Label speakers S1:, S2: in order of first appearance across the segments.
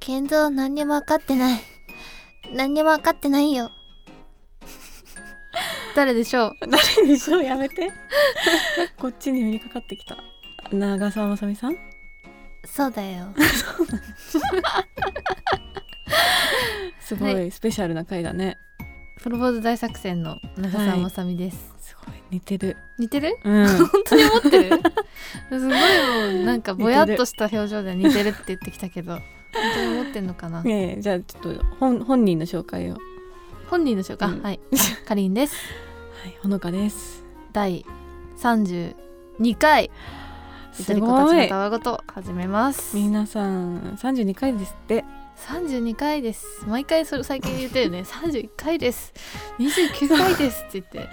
S1: 健造何にも分かってない。何にも分かってないよ。誰でしょう
S2: 誰でしょうやめてこっちに降りかかってきた長澤まさみさん
S1: そうだよ。
S2: すごい、
S1: は
S2: スペシャルな回だね
S1: プロポーズ大作戦の長澤まさみです。
S2: すごい似てる
S1: 似てる
S2: うん
S1: 本当に思ってる すごいもうなんかぼやっとした表情で似てるって言ってきたけど本当に思ってんのかな
S2: ねえじゃあちょっと本本人の紹介をは
S1: 本人の紹介、
S2: うん
S1: はいかりんです
S2: いほのかです
S1: 第32回「いと
S2: す
S1: りこた
S2: ご
S1: ちの
S2: い
S1: たわごと」始めます
S2: 皆さん32回ですって
S1: 32回です毎回それ最近言ってるね31回です29回ですって言って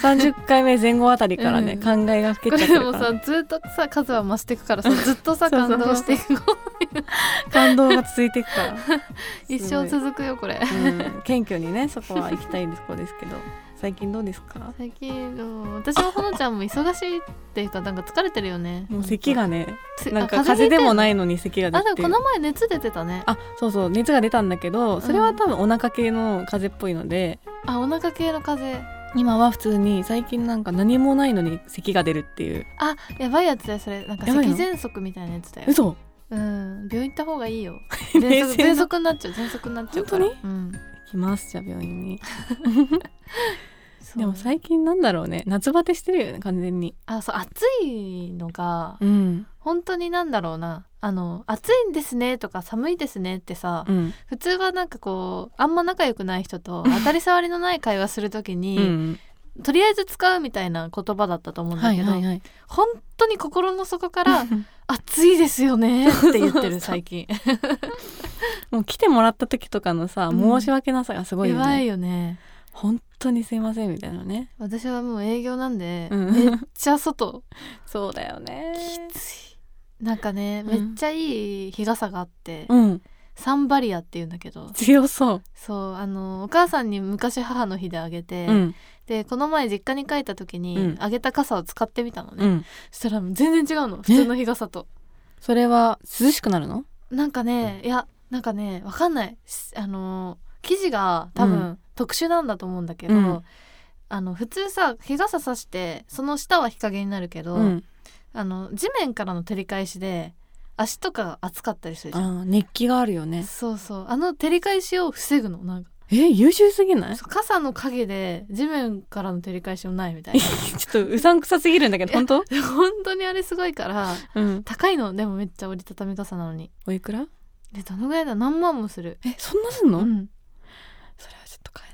S2: 30回目前後あたりからね、
S1: うん
S2: 考えがふけち
S1: こ
S2: ゃって
S1: れ
S2: る
S1: で
S2: か
S1: も
S2: ら
S1: さずっとさ数は増していくからさずっとさ
S2: そうそう
S1: 感動していく
S2: 感動が続いていくから
S1: 一
S2: すご
S1: 生
S2: い
S1: 続くよこれ
S2: うん、謙虚にねそこは行きたいとこですけど最近どうですか
S1: 最近の私もほのちゃんも忙しいっていうかなんか疲れてるよね
S2: もう咳がね
S1: つ
S2: なん
S1: あ
S2: か風邪でもないいのに咳が出
S1: あでも
S2: て
S1: この前熱出てたねあ
S2: あそうそう熱が出たんだけどそれは多分お腹系の風邪っぽいので、
S1: お腹系の風邪
S2: 今は普通に最近なんか何もないのに咳が出るっていう
S1: あやばいやつだよそれなんか
S2: やばい
S1: 咳
S2: の
S1: 喘息みたいなやつだよ
S2: 嘘
S1: うん病院行った方が いいよ
S2: 冷
S1: 喘息
S2: 静
S1: 喘息
S2: な
S1: になっちゃう喘息になっちゃうから
S2: 本
S1: うん
S2: 来ますじゃあ病院に
S1: そう
S2: でも最近なんだろうね夏バテしてるよね完全に
S1: あそう暑いのが
S2: うん
S1: 本当になんだろうなあの暑いんですねとか寒いですねってさ、
S2: うん
S1: 普通はなんかこうあんま仲良くない人と当たり障りのない会話するとき
S2: う
S1: に、
S2: ん
S1: とりあえず使うみたいな言葉だったと思うんだけど、
S2: はい
S1: 本当に心の底から「暑いですよね」って言 ってる最近
S2: もう来てもらった時とかのさ
S1: うん
S2: 申し訳なさがすごい
S1: や
S2: よ
S1: ばい
S2: ね
S1: よね
S2: 本当にすいませんみたいなね
S1: 私はもう営業なんで、
S2: うん
S1: めっちゃ外
S2: そうだよね
S1: きついなんかね、
S2: うん
S1: めっちゃいい日傘があって、
S2: うん
S1: サンバリアっていうんだけど
S2: 強そう
S1: そうあのお母さんに昔母の日であげて、
S2: うん
S1: でこの前実家に帰った時に、
S2: うん
S1: あげた傘を使ってみたのね、
S2: うん
S1: そしたらもう全然違うの普通の日傘と
S2: それは涼しくなるの
S1: なんかね、いやなんかねわかんないしあのー生地が多分、
S2: う
S1: 特殊なんだと思うんだけど、
S2: うん
S1: あの普通さ日傘さしてその下は日陰になるけど、
S2: うん
S1: あの地面からの照り返しで足とかが熱かったりするじゃん。
S2: あー熱気があるよね
S1: そうそうあの照り返しを防ぐのなんか
S2: え優秀すぎない ち
S1: そう傘の陰で地面からの照り返しもないみたい
S2: ょっとうさんくさすぎるんだけど本当
S1: な 本当にあれすごいから
S2: うん
S1: 高いのでもめっちゃ折りたたみ傘なのに
S2: おいくら
S1: でどのぐらいだ何万もする
S2: えそんなすんの、
S1: うん
S2: それはちょっと買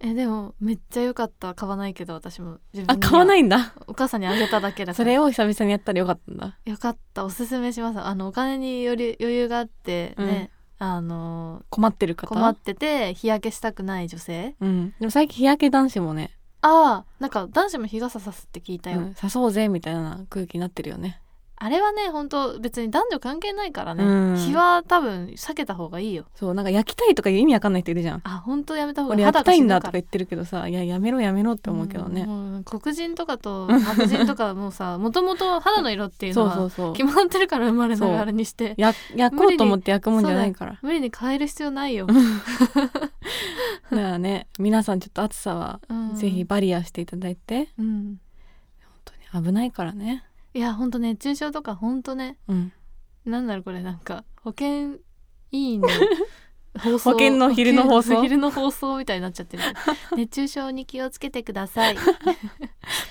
S2: えな
S1: え
S2: い
S1: でもめっちゃ良かった買わないけど私も自
S2: あ買わないいんだ
S1: お母さんにあげただけだから
S2: それを久々にやったらよかったんだ
S1: よかったおすすめしますあのお金により余裕があってね、あの
S2: 困ってる方
S1: 困ってて日焼けしたくない女性
S2: うん、でも最近日焼け男子もね、
S1: ああなんか男子も日傘さすって聞いたよ、
S2: うん、刺そうぜみたいな空気になってるよね
S1: あれはね本当別に男女関係ないからね、
S2: うん
S1: 日は多分避けた方がいいよ
S2: そうなんか焼きたいとかいう意味わかんない人いるじゃん
S1: あ本当やめた方が
S2: 俺焼きたいんだ
S1: 肌が死ぬ
S2: と
S1: ら
S2: か言ってるけどさいややめろやめろって思うけどね、
S1: うんもう黒人とかと白人とかもうさもともと肌の色っていうの
S2: そうそう
S1: は
S2: そう
S1: 決まってるから生まれな
S2: そう
S1: がらにして
S2: や焼こうと思って焼くもんじゃないから
S1: 無理に変える必要ないよ、
S2: だからね皆さんちょっと暑さは
S1: うん
S2: ぜひバリアしていただいて、
S1: うん、
S2: 本当に危ないからね
S1: いやほんと熱中症とかほんとね
S2: うん
S1: なんだろうこれなんか保健委員 の放
S2: 保健の昼の放送
S1: 保健昼の放送みたいになっちゃってる熱中症に気をつけてくだ さい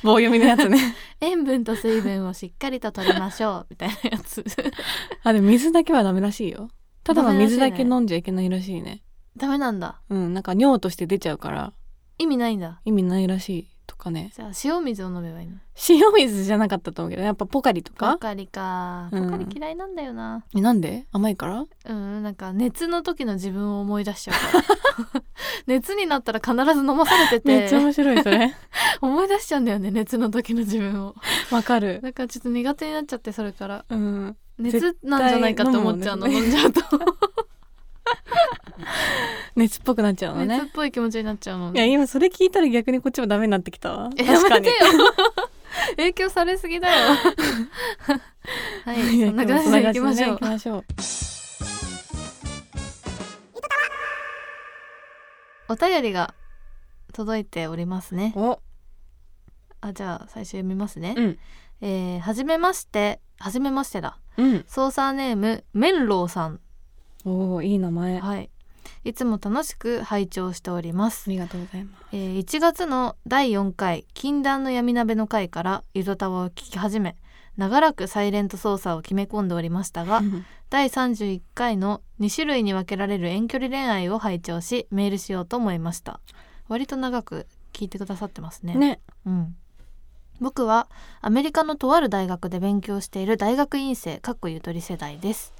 S2: 棒読みのやつね
S1: 塩分と水分をしっかりと取りましょうみたいなやつ
S2: あでも水だけはダメらしいよただの水だ
S1: ダメら
S2: け
S1: しいね
S2: 飲んじゃいけないらしいね
S1: ダメなんだ
S2: うんなんか尿として出ちゃうから
S1: 意味ないんだ
S2: 意味ないらしいとかね
S1: じゃあ塩水を飲めばいいの
S2: 塩水じゃなかったと思うけどやっぱポカリと
S1: ポ
S2: か
S1: カリか
S2: う
S1: ポ
S2: ん
S1: カリ嫌いなんだよな
S2: えなんで甘いから
S1: うん、なんか熱の時の自分を思い出しちゃうから 熱になったら必ず飲まされてて
S2: めっちゃ面白いそれ
S1: 思い出しちゃうんだよね熱の時の自分を
S2: わかる
S1: だからちょっと苦手になっちゃってそれから
S2: うん
S1: 熱なんじゃないかと思っちゃうの
S2: 絶
S1: 飲んじゃうと
S2: 熱っぽくなっちゃうの
S1: 熱っ
S2: ね
S1: ぽい気持ちになっちゃうの
S2: いや今それ聞いたら逆にこっちもダメになってきたわ
S1: えや
S2: 確か
S1: め
S2: に
S1: てよ 影響されすぎだ よはいそんな感じでいきましょう
S2: 行きましょう
S1: お便りが届いておりますね
S2: お
S1: あじゃあ最初読みますね、
S2: うん
S1: えーはじめましてはじめましてだ
S2: うん
S1: 操作ネームメンローさん
S2: おおいい名前あ
S1: はいいつも楽しく拝聴しております、
S2: りがとうございます
S1: えー1月の第4回禁断の闇鍋の回からゆドたわを聞き始め長らくサイレント操作を決め込んでおりましたが第31回の2種類に分けられる遠距離恋愛を拝聴しメールしようと思いました割と長く聞いてくださってますね
S2: ね
S1: うん、僕はアメリカのとある大学で勉強している大学院生かっこゆとり世代です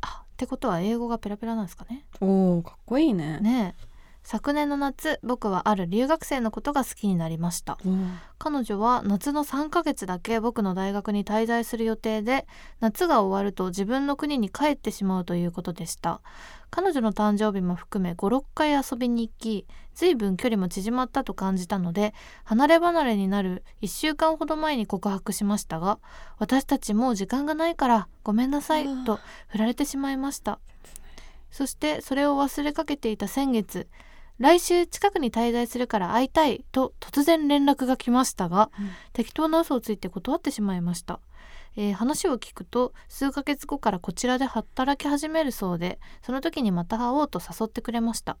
S1: あってことは英語がペラペラなんですかね
S2: おおかっこいいね
S1: ねえ昨年の夏僕はある留学生のことが好きになりました
S2: おー
S1: 彼女は夏の3ヶ月だけ僕の大学に滞在する予定で夏が終わると自分の国に帰ってしまうということでした彼女の誕生日も含め56回遊びに行き随分距離も縮まったと感じたので離れ離れになる1週間ほど前に告白しましたが私たちもう時間がないからごめんなさいう
S2: わ
S1: と振られてしまいましたそしてそれを忘れかけていた先月来週近くに滞在するから会いたいと突然連絡が来ましたが、
S2: うん
S1: 適当な嘘をついて断ってしまいました、えー話を聞くと数ヶ月後からこちらで働き始めるそうでその時にまた会おうと誘ってくれました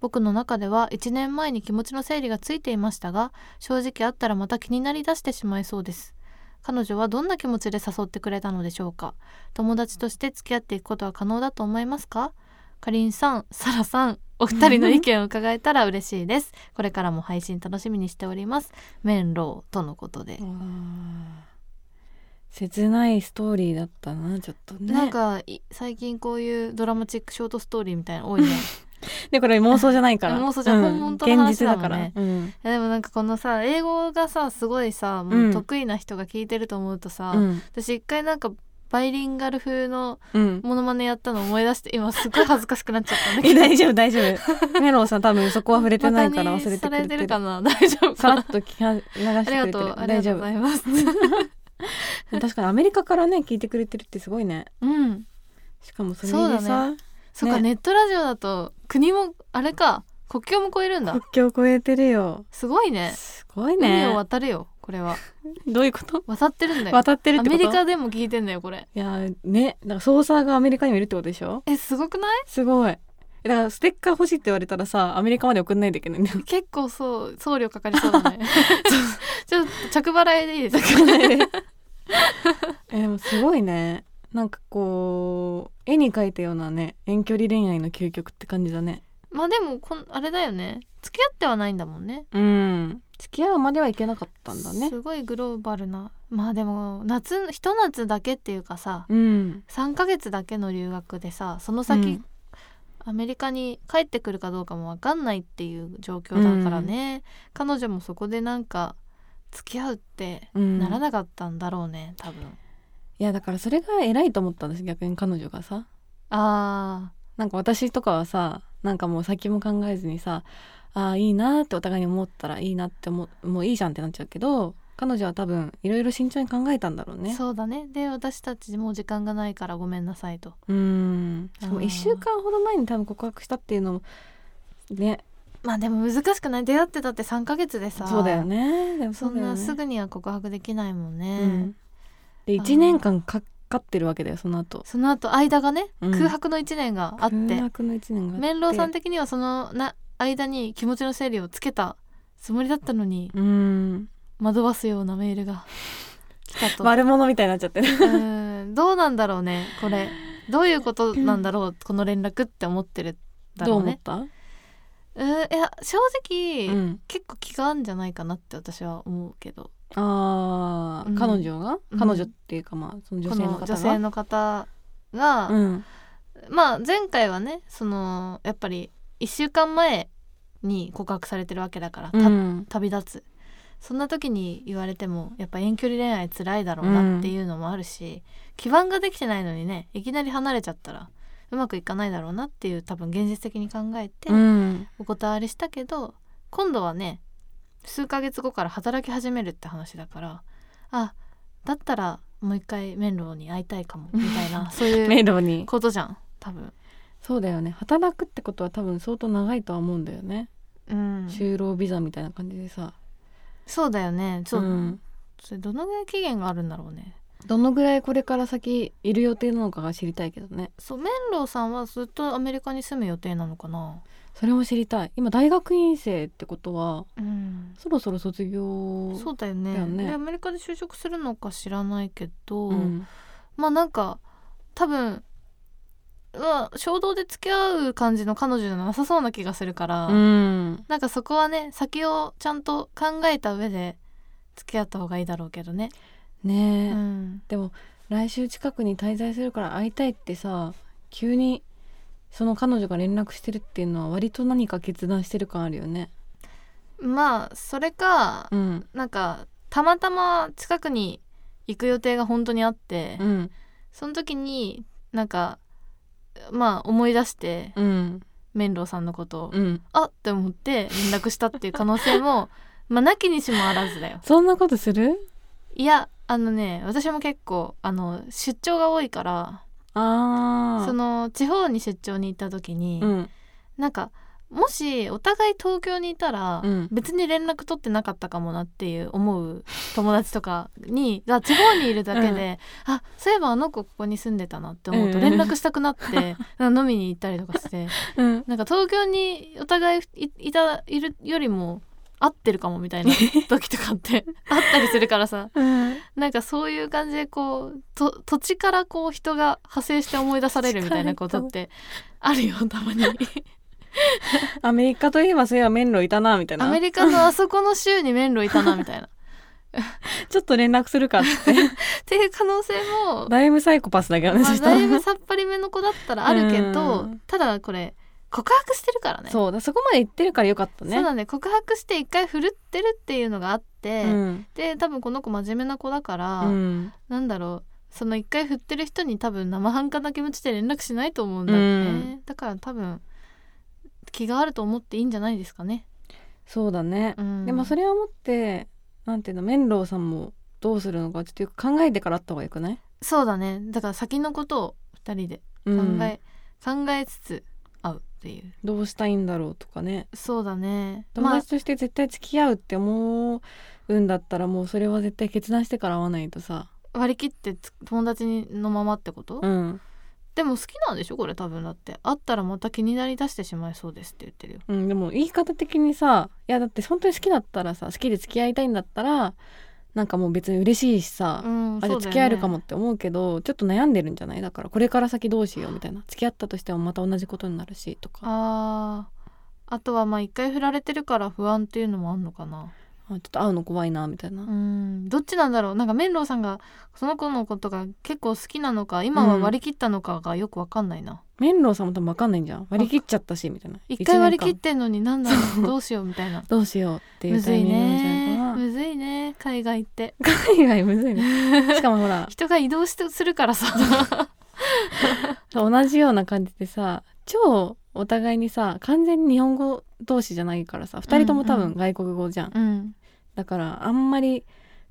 S1: 僕の中では1年前に気持ちの整理がついていましたが正直会ったらまた気になりだしてしまいそうです彼女はどんな気持ちで誘ってくれたのでしょうか友達として付き合っていくことは可能だと思いますかかりんさん、さらさん、お二人の意見を伺えたら嬉しいです。これからも配信楽しみにしております。面ローとのことで
S2: お。ー切ないストーリーだったなちょっとね
S1: なんかい最近こういうドラマチックショートストーリーみたいなの多い ね。い
S2: でこれ妄想じゃないから
S1: 妄想じゃん
S2: うん
S1: 本当の話
S2: 現実だ
S1: だ
S2: か
S1: も
S2: ら
S1: んね
S2: うん
S1: やでもなんかこのさ英語がさすごいさもううん得意な人が聞いてると思うとさ、
S2: うん
S1: 私一回なんかバイリンガル風の
S2: うん
S1: モノマネやったの思い出して今すごい恥ずかしくなっちゃったんだ
S2: え
S1: けど。
S2: 大丈夫大丈夫 メロンさん多分そこは触れてないから
S1: バカに
S2: 忘れて
S1: さ
S2: くれ
S1: れ
S2: て
S1: て
S2: る
S1: るかな 大丈夫
S2: さ
S1: か
S2: らっ
S1: な
S2: と聞か流して
S1: あ
S2: く
S1: り
S2: れ
S1: が
S2: て
S1: とう
S2: る
S1: ありがと
S2: 大丈
S1: うござ
S2: 夫
S1: います。
S2: 確かにアメリカからね聞いてくれてるってすごいね
S1: うん
S2: しかもそれ
S1: そうだ
S2: で
S1: ね
S2: さ、
S1: そっか、
S2: ね
S1: ネットラジオだと国もあれか国境も越えるんだ
S2: 国境越えてるよ
S1: すごいね
S2: すごい
S1: 海
S2: ね
S1: を渡るよこれは
S2: どういうこと
S1: 渡ってるんだよ
S2: 渡ってるっ
S1: ア
S2: てこ
S1: メ
S2: と
S1: リカでも聞いてんだよこれ
S2: いやーねだから捜査がアメリカにもいるってことでしょ
S1: えすごくない
S2: すごいえだからステッカー欲しいって言われたらさアメリカまで送んないといけないんだよ
S1: 結構そう送料かかりそうだね ちょっと着払いでいいですか
S2: えでもすごいねなんかこう絵に描いたようなね遠距離恋愛の究極って感じだね
S1: まあでもこんあれだよね付き合ってはないんだもんね
S2: うん付き合うまではいけなかったんだね
S1: すごいグローバルなまあでも夏ひと夏だけっていうかさ
S2: うん
S1: 3ヶ月だけの留学でさその先、
S2: うん
S1: アメリカに帰ってくるかどうかも分かんないっていう状況だからね、彼女もそこでなんか付き合うって
S2: うん
S1: ならなかったんだろうね、多分
S2: いやだからそれが偉いと思ったんです逆に彼女がさ
S1: あ
S2: なんか私とかはさなんかもう先も考えずにさああいいなってお互いに思ったらいいなって思うもういいじゃんってなっちゃうけど彼女は多分いろいろ慎重に考えたんだろう
S1: ー、
S2: ね
S1: そうだねで私たちもう時間がないからごめんなさいと
S2: ううんしかも
S1: あー
S2: 1週間ほど前に多分告白したっていうのもね
S1: まあでも難しくない出会ってたって3ヶ月でさ
S2: そうだよねでも
S1: そ
S2: うんだよ
S1: な
S2: ね
S1: すぐには告白できないもんね、
S2: うんで
S1: あー
S2: 1年間かかってるわけだよその後
S1: その後間がね、
S2: うん
S1: 空白の1年があって
S2: 空白の1年があって
S1: 面老さん的にはそのな間に気持ちの整理をつけたつもりだったのに
S2: うん
S1: 惑わすようなメールが来たと、
S2: 悪者みたいになっちゃってる
S1: うんどうなんだろうねこれどういうことなんだろうこの連絡って思ってるだろ
S2: どう
S1: う
S2: 思っ
S1: ね
S2: た
S1: うんいや正直、
S2: うん
S1: 結構気があるんじゃないかなって私は思うけど
S2: あー、
S1: うん
S2: 彼女が、
S1: うん
S2: 彼女っていうかまあその女
S1: こ
S2: 性の
S1: の
S2: 方
S1: 女性
S2: が
S1: の方が、
S2: うん
S1: まあ前回はねそのやっぱり1週間前に告白されてるわけだから、た
S2: うん
S1: 旅立つそんな時に言われてもやっぱ遠距離恋愛辛いだろうなっていうのもあるし、基盤ができてないのにねいきなり離れちゃったらうまくいかないだろうなっていう多分現実的に考えて
S2: うん
S1: お断りしたけど、今度はね数ヶ月後から働き始めるって話だからあだった らもう一回メンローに会いたいかもみたいなそうい
S2: 迷
S1: う
S2: 路に
S1: ことじゃん多分
S2: そうだよね働くってことは多分相当長いとは思うんだよね、
S1: うん、
S2: 就労ビザみたいな感じでさ
S1: そうだよねそう、
S2: ん
S1: それどのぐらい期限があるんだろうね
S2: どのぐらいこれから先いる予定なのかが知りたいけどね
S1: そうメンローさんはずっとアメリカに住む予定なのかな
S2: それも知りたい今大学院生ってことは
S1: うん
S2: そろそろ卒業
S1: そうだよね
S2: だよね
S1: でアメリカで就職するのか知らないけど、
S2: うん
S1: まあなんか多分まあ衝動で付き合う感じの彼女じゃなさそうな気がするから、
S2: うん
S1: なんかそこはね先をちゃんと考えた上で付き合った方がいいだろうけどね。
S2: ね
S1: う
S2: え、
S1: ん、
S2: でも来週近くに滞在するから会いたいってさ急にその彼女が連絡してるっていうのは割と何か決断してる感あるよね
S1: まあそれか、
S2: うん
S1: なんかたまたま近くに行く予定が本当にあって、
S2: うん
S1: その時になんかまあ思い出して、
S2: うん
S1: 面堂さんのことを、
S2: うん
S1: あって思って連絡したっていう可能性もまあなきにしもあらずだよ。
S2: そんなことする
S1: いやあのね私も結構あの出張が多いから
S2: ああ
S1: その地方に出張に行った時に、
S2: うん
S1: なんかもしお互い東京にいたら、
S2: うん
S1: 別に連絡取ってなかったかもなっていう思う 友達とかにが地方にいるだけで、あそういえばあの子ここに住んでたなって思うと
S2: うんう
S1: 連
S2: ん
S1: 絡したくなって、 なんか飲みに行ったりとかして
S2: うん
S1: なんか東京にお互いいいたいるよりも合ってるかもみたいな時とかっ てあったりするからさ
S2: うん
S1: なんかそういう感じでこうと土地からこう人が派生して思い出されるみたいなことってあるよたまに
S2: アメリカといえばそういえばメンロいたなみたいな
S1: アメリカのあそこの州に面路いたなみたい なっ
S2: ちょっと連絡するかっつって
S1: ていう可能性も、
S2: だいぶサイコパスだけどね、
S1: ま
S2: そ
S1: あ、
S2: した
S1: だ
S2: ら
S1: いぶさっぱりめの子だったらあるけ
S2: う
S1: ど
S2: ん
S1: ただこれ告白してるからねそう,、
S2: そうだそこまで行ってるからよかったね
S1: だね告白して一回振るってるっていうのがあって、
S2: うん
S1: で多分この子真面目な子だから、
S2: うん
S1: なんだろうその一回振ってる人に多分生半可な気持ちで連絡しないと思うんだよね、
S2: うん
S1: だから多分気があると思っていいんじゃないですかね、
S2: そうだね
S1: う、ん、
S2: でもそ
S1: れ
S2: れをもってなんていうのメンローさんもどうするのかちょっとよく考えてからあった方がよくない
S1: そうだねだから先のことを2人で
S2: う
S1: 考
S2: ん
S1: え、考えつつ会うっていう
S2: どうしたいんだろうとかね
S1: そうだね
S2: 友
S1: まあ
S2: 達として絶対付き合うって思うんだったらもうそれは絶対決断してから会わないとさ
S1: 割り切ってつ友達のままってこと、
S2: うん、
S1: でも好きなんでしょこれ多分だって会ったらまた気になりだしてしまいそうですって言ってるよ
S2: うん、でも言い方的にさいやだって本当に好きだったらさ好きで付き合いたいんだったらなんかもう別に嬉しいしさ、
S1: うん
S2: あじゃ
S1: そ
S2: あ
S1: うだよね
S2: 付き合えるかもって思うけどちょっと悩んでるんじゃないだからこれから先どうしようみたいな付き合ったとしてもまた同じことになるしとか
S1: あーあとはまあ一回振られてるから不安っていうのもあんのかな
S2: あちょっと会うの怖いなみたい
S1: う
S2: な、
S1: んどっちなんだろうなんか面堂さんがその子のことが結構好きなのか今は割り切ったのかがよくわかんないな、
S2: メンローさんも多分分かんないんじゃん割り切っちゃったしみたいな
S1: 一回割り切っ
S2: 一年
S1: てんのになんだろうどうしようみたいな
S2: 間どうしようってい
S1: む
S2: うタ
S1: ず
S2: イ
S1: い
S2: ミングなんじゃない
S1: ね
S2: かな
S1: むずいね海外行 って
S2: 海外むずいねしかも ほら
S1: 人が移動してするから さ
S2: 同じような感じでさ超お互いにさ完全に日本語同士じゃないからさ2人とも多
S1: うん
S2: 分外国語じゃん、
S1: うん
S2: だからあんまり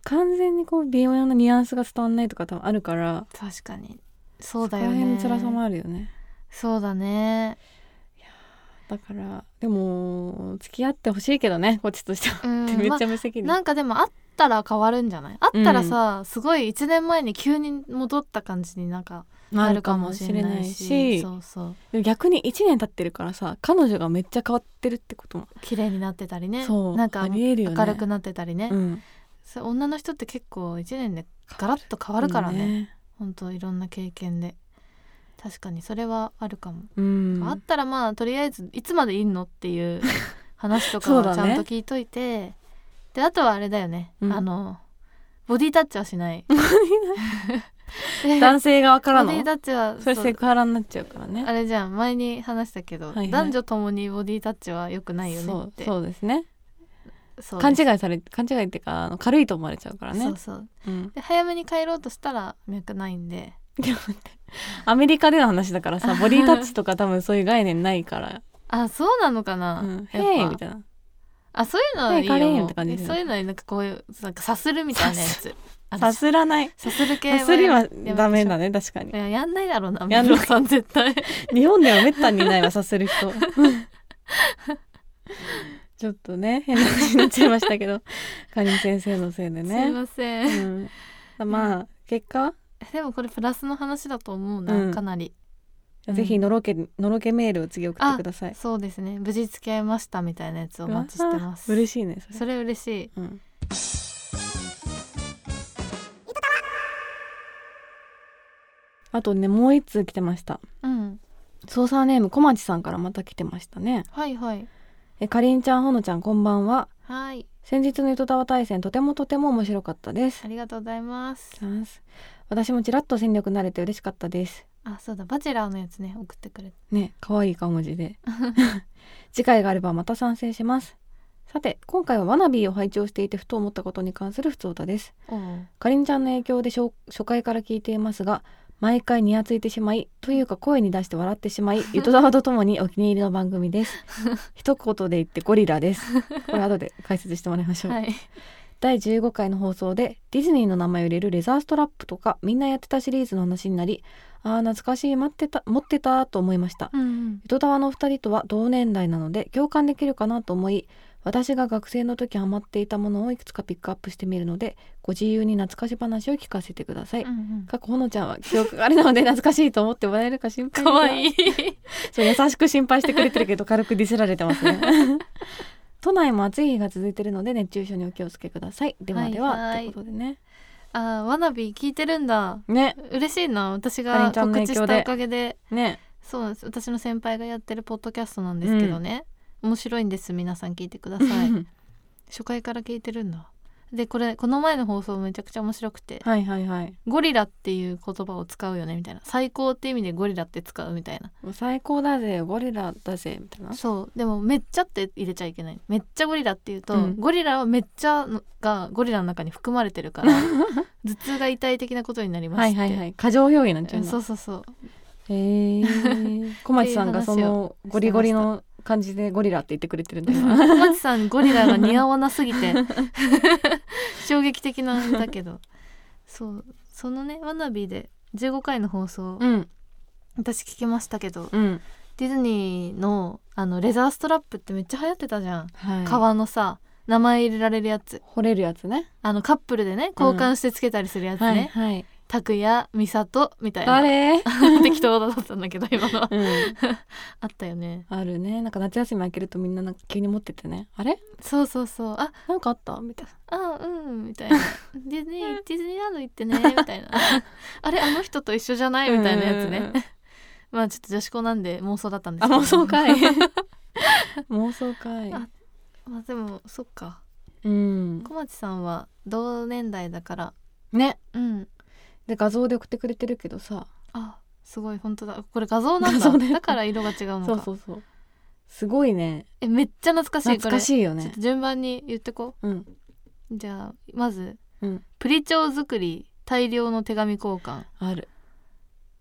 S2: 完全にこう微妙なニュアンスが伝わんないとか多分あるから
S1: 確かにそうだよ
S2: この
S1: ね
S2: 辺の辛さもあるよね
S1: そうだね
S2: だからでも付き合ってほしいけどねこっちとしては、
S1: うん
S2: めっちゃ無責任、
S1: なんかでもあったら変わるんじゃないあったらさ、すごい1年前に急に戻った感じになんかなるかもしれないしそうそう
S2: でも逆に1年経ってるからさ彼女がめっちゃ変わってるってことも、
S1: 綺麗になってたりね
S2: そう
S1: なんか
S2: ありえるよね
S1: 明るくなってたりね、
S2: うん、
S1: そう女の人って結構1年でガラッと変わるからねほんといろんな経験で確かにそれはあるかも、
S2: うん
S1: あったらまあとりあえずいつまでいんのっていう 話とか
S2: そう
S1: は
S2: だ
S1: ち
S2: ね
S1: ゃんと聞いといて、であとはあれだよね、
S2: うん
S1: あのボディタッチはし ないで
S2: 男性側から
S1: ボディ
S2: の
S1: タッチは
S2: それ
S1: そう
S2: セクハラになっちゃうからね
S1: あれじゃん前に話したけど、
S2: はいはい
S1: 男女ともにボディタッチは良くないよね
S2: そ
S1: っ
S2: う
S1: て
S2: そうですね
S1: そう
S2: 勘
S1: です
S2: 違いされ勘違いっていうかあの軽いと思われちゃうからね
S1: そうそう
S2: うん、
S1: で早めに帰ろうとしたら脈ないんで
S2: でも待ってアメリカでの話だか らさボディタッチとか多分そういう概念ないから
S1: あそうなのか
S2: 「う
S1: な、
S2: ん、
S1: や
S2: へ
S1: っ
S2: え」
S1: ぱ
S2: みたいな
S1: あそういうのはいいよ、
S2: ねカレーみたいな感じですよ
S1: そういうのになんかこういうなんかさするみたいなやつあ
S2: さすらない
S1: さする系
S2: さすりはダメだ
S1: ね
S2: ね確かに
S1: ややんないだろうな
S2: や
S1: や
S2: ん
S1: ん
S2: ない
S1: さん絶対
S2: 日本ではめったにいないわさする人 ちょっとね変な話になっちゃいましたけどかりん先生のせいです
S1: い
S2: ね
S1: ません
S2: うん、まあ結果、
S1: でもこれプラスの話だと思うな、
S2: うん
S1: かなりうん
S2: ぜひのろけのろけメールを次送ってください
S1: そうですね無事付き合いましたみたいなやつお待ちしてます
S2: うわ嬉しいねそれ
S1: それ嬉しい
S2: うんあとねもう一通来てました
S1: うん
S2: 操作ネーム小町さんからまた来てましたね
S1: はいはい
S2: えかりんちゃんほのちゃんこんばんは
S1: はい
S2: 先日の糸タワ大戦とてもとても面白かったです
S1: ありがとうございます
S2: 私もちらっと戦力になれて嬉しかったです
S1: あそうだバチェラーのやつね送ってくれて
S2: ね可愛い顔文字で次回があればまた参戦しますさて今回はワナビーを拝聴していてふと思ったことに関するふつおたです
S1: おう
S2: かりんちゃんの影響で初初回から聞いていますが毎回にやついてしまいというか声に出して笑ってしまいゆとだわとともにお気に入りの番組です一言で言ってゴリラですこれ後で解説してもらいましょう、
S1: はい
S2: 第15回の放送でディズニーの名前を入れるレザーストラップとかみんなやってたシリーズの話になりああ懐かしい待ってた持ってたと思いました
S1: うんうん
S2: ゆとたわのお二人とは同年代なので共感できるかなと思い私が学生の時ハマっていたものをいくつかピックアップしてみるのでご自由に懐かし話を聞かせてください、
S1: うんうん
S2: 過去ほのちゃんは記憶があれなので懐かしいと思ってもらえるか心配です
S1: か
S2: が
S1: わいい
S2: そう優しく心配してくれてるけど軽くディスられてますね 都内も暑い日が続いてるので熱中症にお気をつけくださいではでは、
S1: はいはい
S2: ということでね
S1: あーわなび聞いてるんだ
S2: ね
S1: 嬉しいな私
S2: かりん
S1: が
S2: ちゃんの
S1: 告
S2: 影
S1: 知
S2: 響で
S1: したおかげで
S2: ね
S1: そうなんです私の先輩がやってるポッドキャストなんですけどね、面白いんです皆さん聞いてください初回から聞いてるんだでこれこの前の放送めちゃくちゃ面白くて
S2: はいはいはい
S1: ゴリラっていう言葉を使うよねみたいな最高って意味でゴリラって使うみたいな
S2: もう最高だぜゴリラだぜみたいな
S1: そうでもめっちゃって入れちゃいけないめっちゃゴリラっていうと、
S2: うん
S1: ゴリラはめっちゃのがゴリラの中に含まれてるから 頭痛が痛い的なことになりまして
S2: はいはいはい過剰表現なんちゃう
S1: うん
S2: の
S1: そうそう そう
S2: へえ小町さんがそ
S1: っていう話
S2: のゴリゴリの感じでゴリラって言ってくれてるんだ今
S1: 小松さんゴリラが似合わなすぎ て衝撃的なんだけどそうそのね「ワナビーで15回の放送、
S2: うん
S1: 私聞きましたけど
S2: うん
S1: ディズニーのあのレザーストラップってめっちゃ流行ってたじゃん、
S2: はい
S1: 革のさ名前入れられるやつ
S2: 掘れるやつね
S1: あのカップルでね交換してつけたりするやつね、
S2: はい
S1: 拓也美里みたいな
S2: 誰
S1: 適当だったんだけど今 のは
S2: うん
S1: あったよね
S2: あるねなんか夏休み明けるとみんななんか急に持っててねあれ
S1: そうそうそうあ
S2: なんかあったみたい
S1: あうんみたい なディズニーディズニーランド行ってねみたいなあれあの人と一緒じゃない
S2: な
S1: みたいなやつ
S2: うんうん
S1: ね
S2: うん
S1: まあちょっと女子校なんで妄想だったんです
S2: あ妄想
S1: か
S2: 会 妄想会
S1: あまあでもそっか
S2: うん
S1: 小町さんは同年代だから
S2: ね
S1: うん
S2: で画像で送ってくれてるけどさ
S1: あすごい本当だこれ画像なん
S2: 画像
S1: だ
S2: ね
S1: だから色が違うのか
S2: そうそうそうすごいね
S1: えめっちゃ懐かしいこれ
S2: 懐かしい
S1: ち
S2: よ
S1: ょっ
S2: ね
S1: と順番に言ってこ
S2: うん
S1: うじゃあまず
S2: うん
S1: プリチョウ作り大量の手紙交換
S2: ある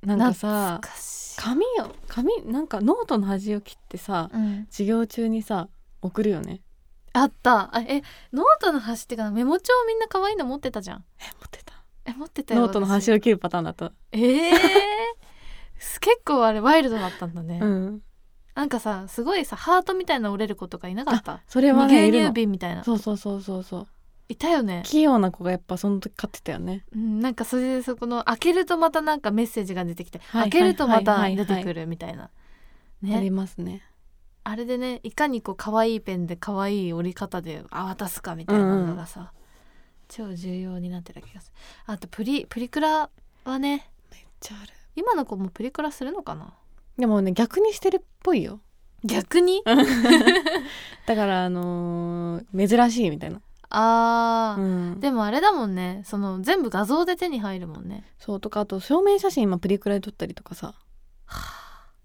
S2: なんかさ
S1: 懐かしい
S2: 紙を紙なんかノートの端を切ってさ
S1: うん
S2: 授業中にさ送るよね
S1: あったあえノートの端っていうかメモ帳みんな可愛いの持ってたじゃん
S2: え持ってた
S1: え持ってたよ
S2: ノートの端
S1: を
S2: を切るパターンだった
S1: ええ結構あれワイルドだったんだね、
S2: うん
S1: なんかさすごいさハートみたいなの折れる子とかいなかった
S2: それは
S1: 未
S2: ねい
S1: 芸
S2: る
S1: 入
S2: の
S1: 瓶みたいな
S2: そうそうそうそうそう
S1: いたよね、
S2: 器用な子がやっぱその時買ってたよね
S1: うん、なんかそれでそこの開けるとまたなんかメッセージが出てきて、
S2: は
S1: 開
S2: い
S1: けるとま
S2: は
S1: た
S2: いはい
S1: 出てくるみたいな、
S2: あり
S1: ね
S2: ますね
S1: あれでねいかにこう可愛いペンで可愛い折り方であ渡すかみたいなのがさ、超重要になってた気がするあとプリプリクラはね
S2: めっちゃある
S1: 今の子もプリクラするのかな
S2: でもね逆にしてるっぽいよ
S1: 逆に
S2: だからあのー珍しいみたいな、
S1: あ
S2: う
S1: ー、
S2: ん、
S1: でもあれだもんねその全部画像で手に入るもんね
S2: そうとかあと照明写真今プリクラで撮ったりとかさは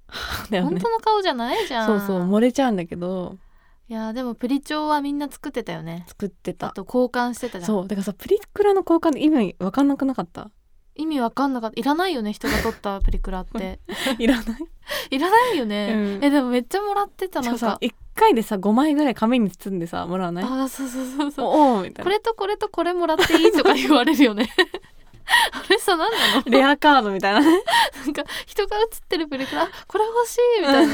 S2: あだ よ
S1: 本
S2: ね
S1: 当の顔じゃないじゃん
S2: そうそう漏れちゃうんだけど
S1: いやーでもプリ帳はみんな作ってたよね
S2: 作って
S1: あ
S2: た
S1: と交換してたじゃん
S2: そうだからさプリクラの交換で意味わかんなくなかった
S1: 意味わかんなかったいらないよね人が撮ったプリクラって
S2: いらない
S1: いらないよね、
S2: うん
S1: えでもめっちゃもらってた
S2: し
S1: な
S2: か
S1: ん
S2: もさ
S1: か
S2: 1回でさ5枚ぐらい紙に包んでさもらわない
S1: ああそうそうそうそう
S2: おおみたい
S1: こ
S2: な
S1: れとこれとこれもらっていいとか言われるよね あれさ何なの
S2: レアカードみたいな ね
S1: なんか人が写ってるプリクラあこれ欲しいみたいな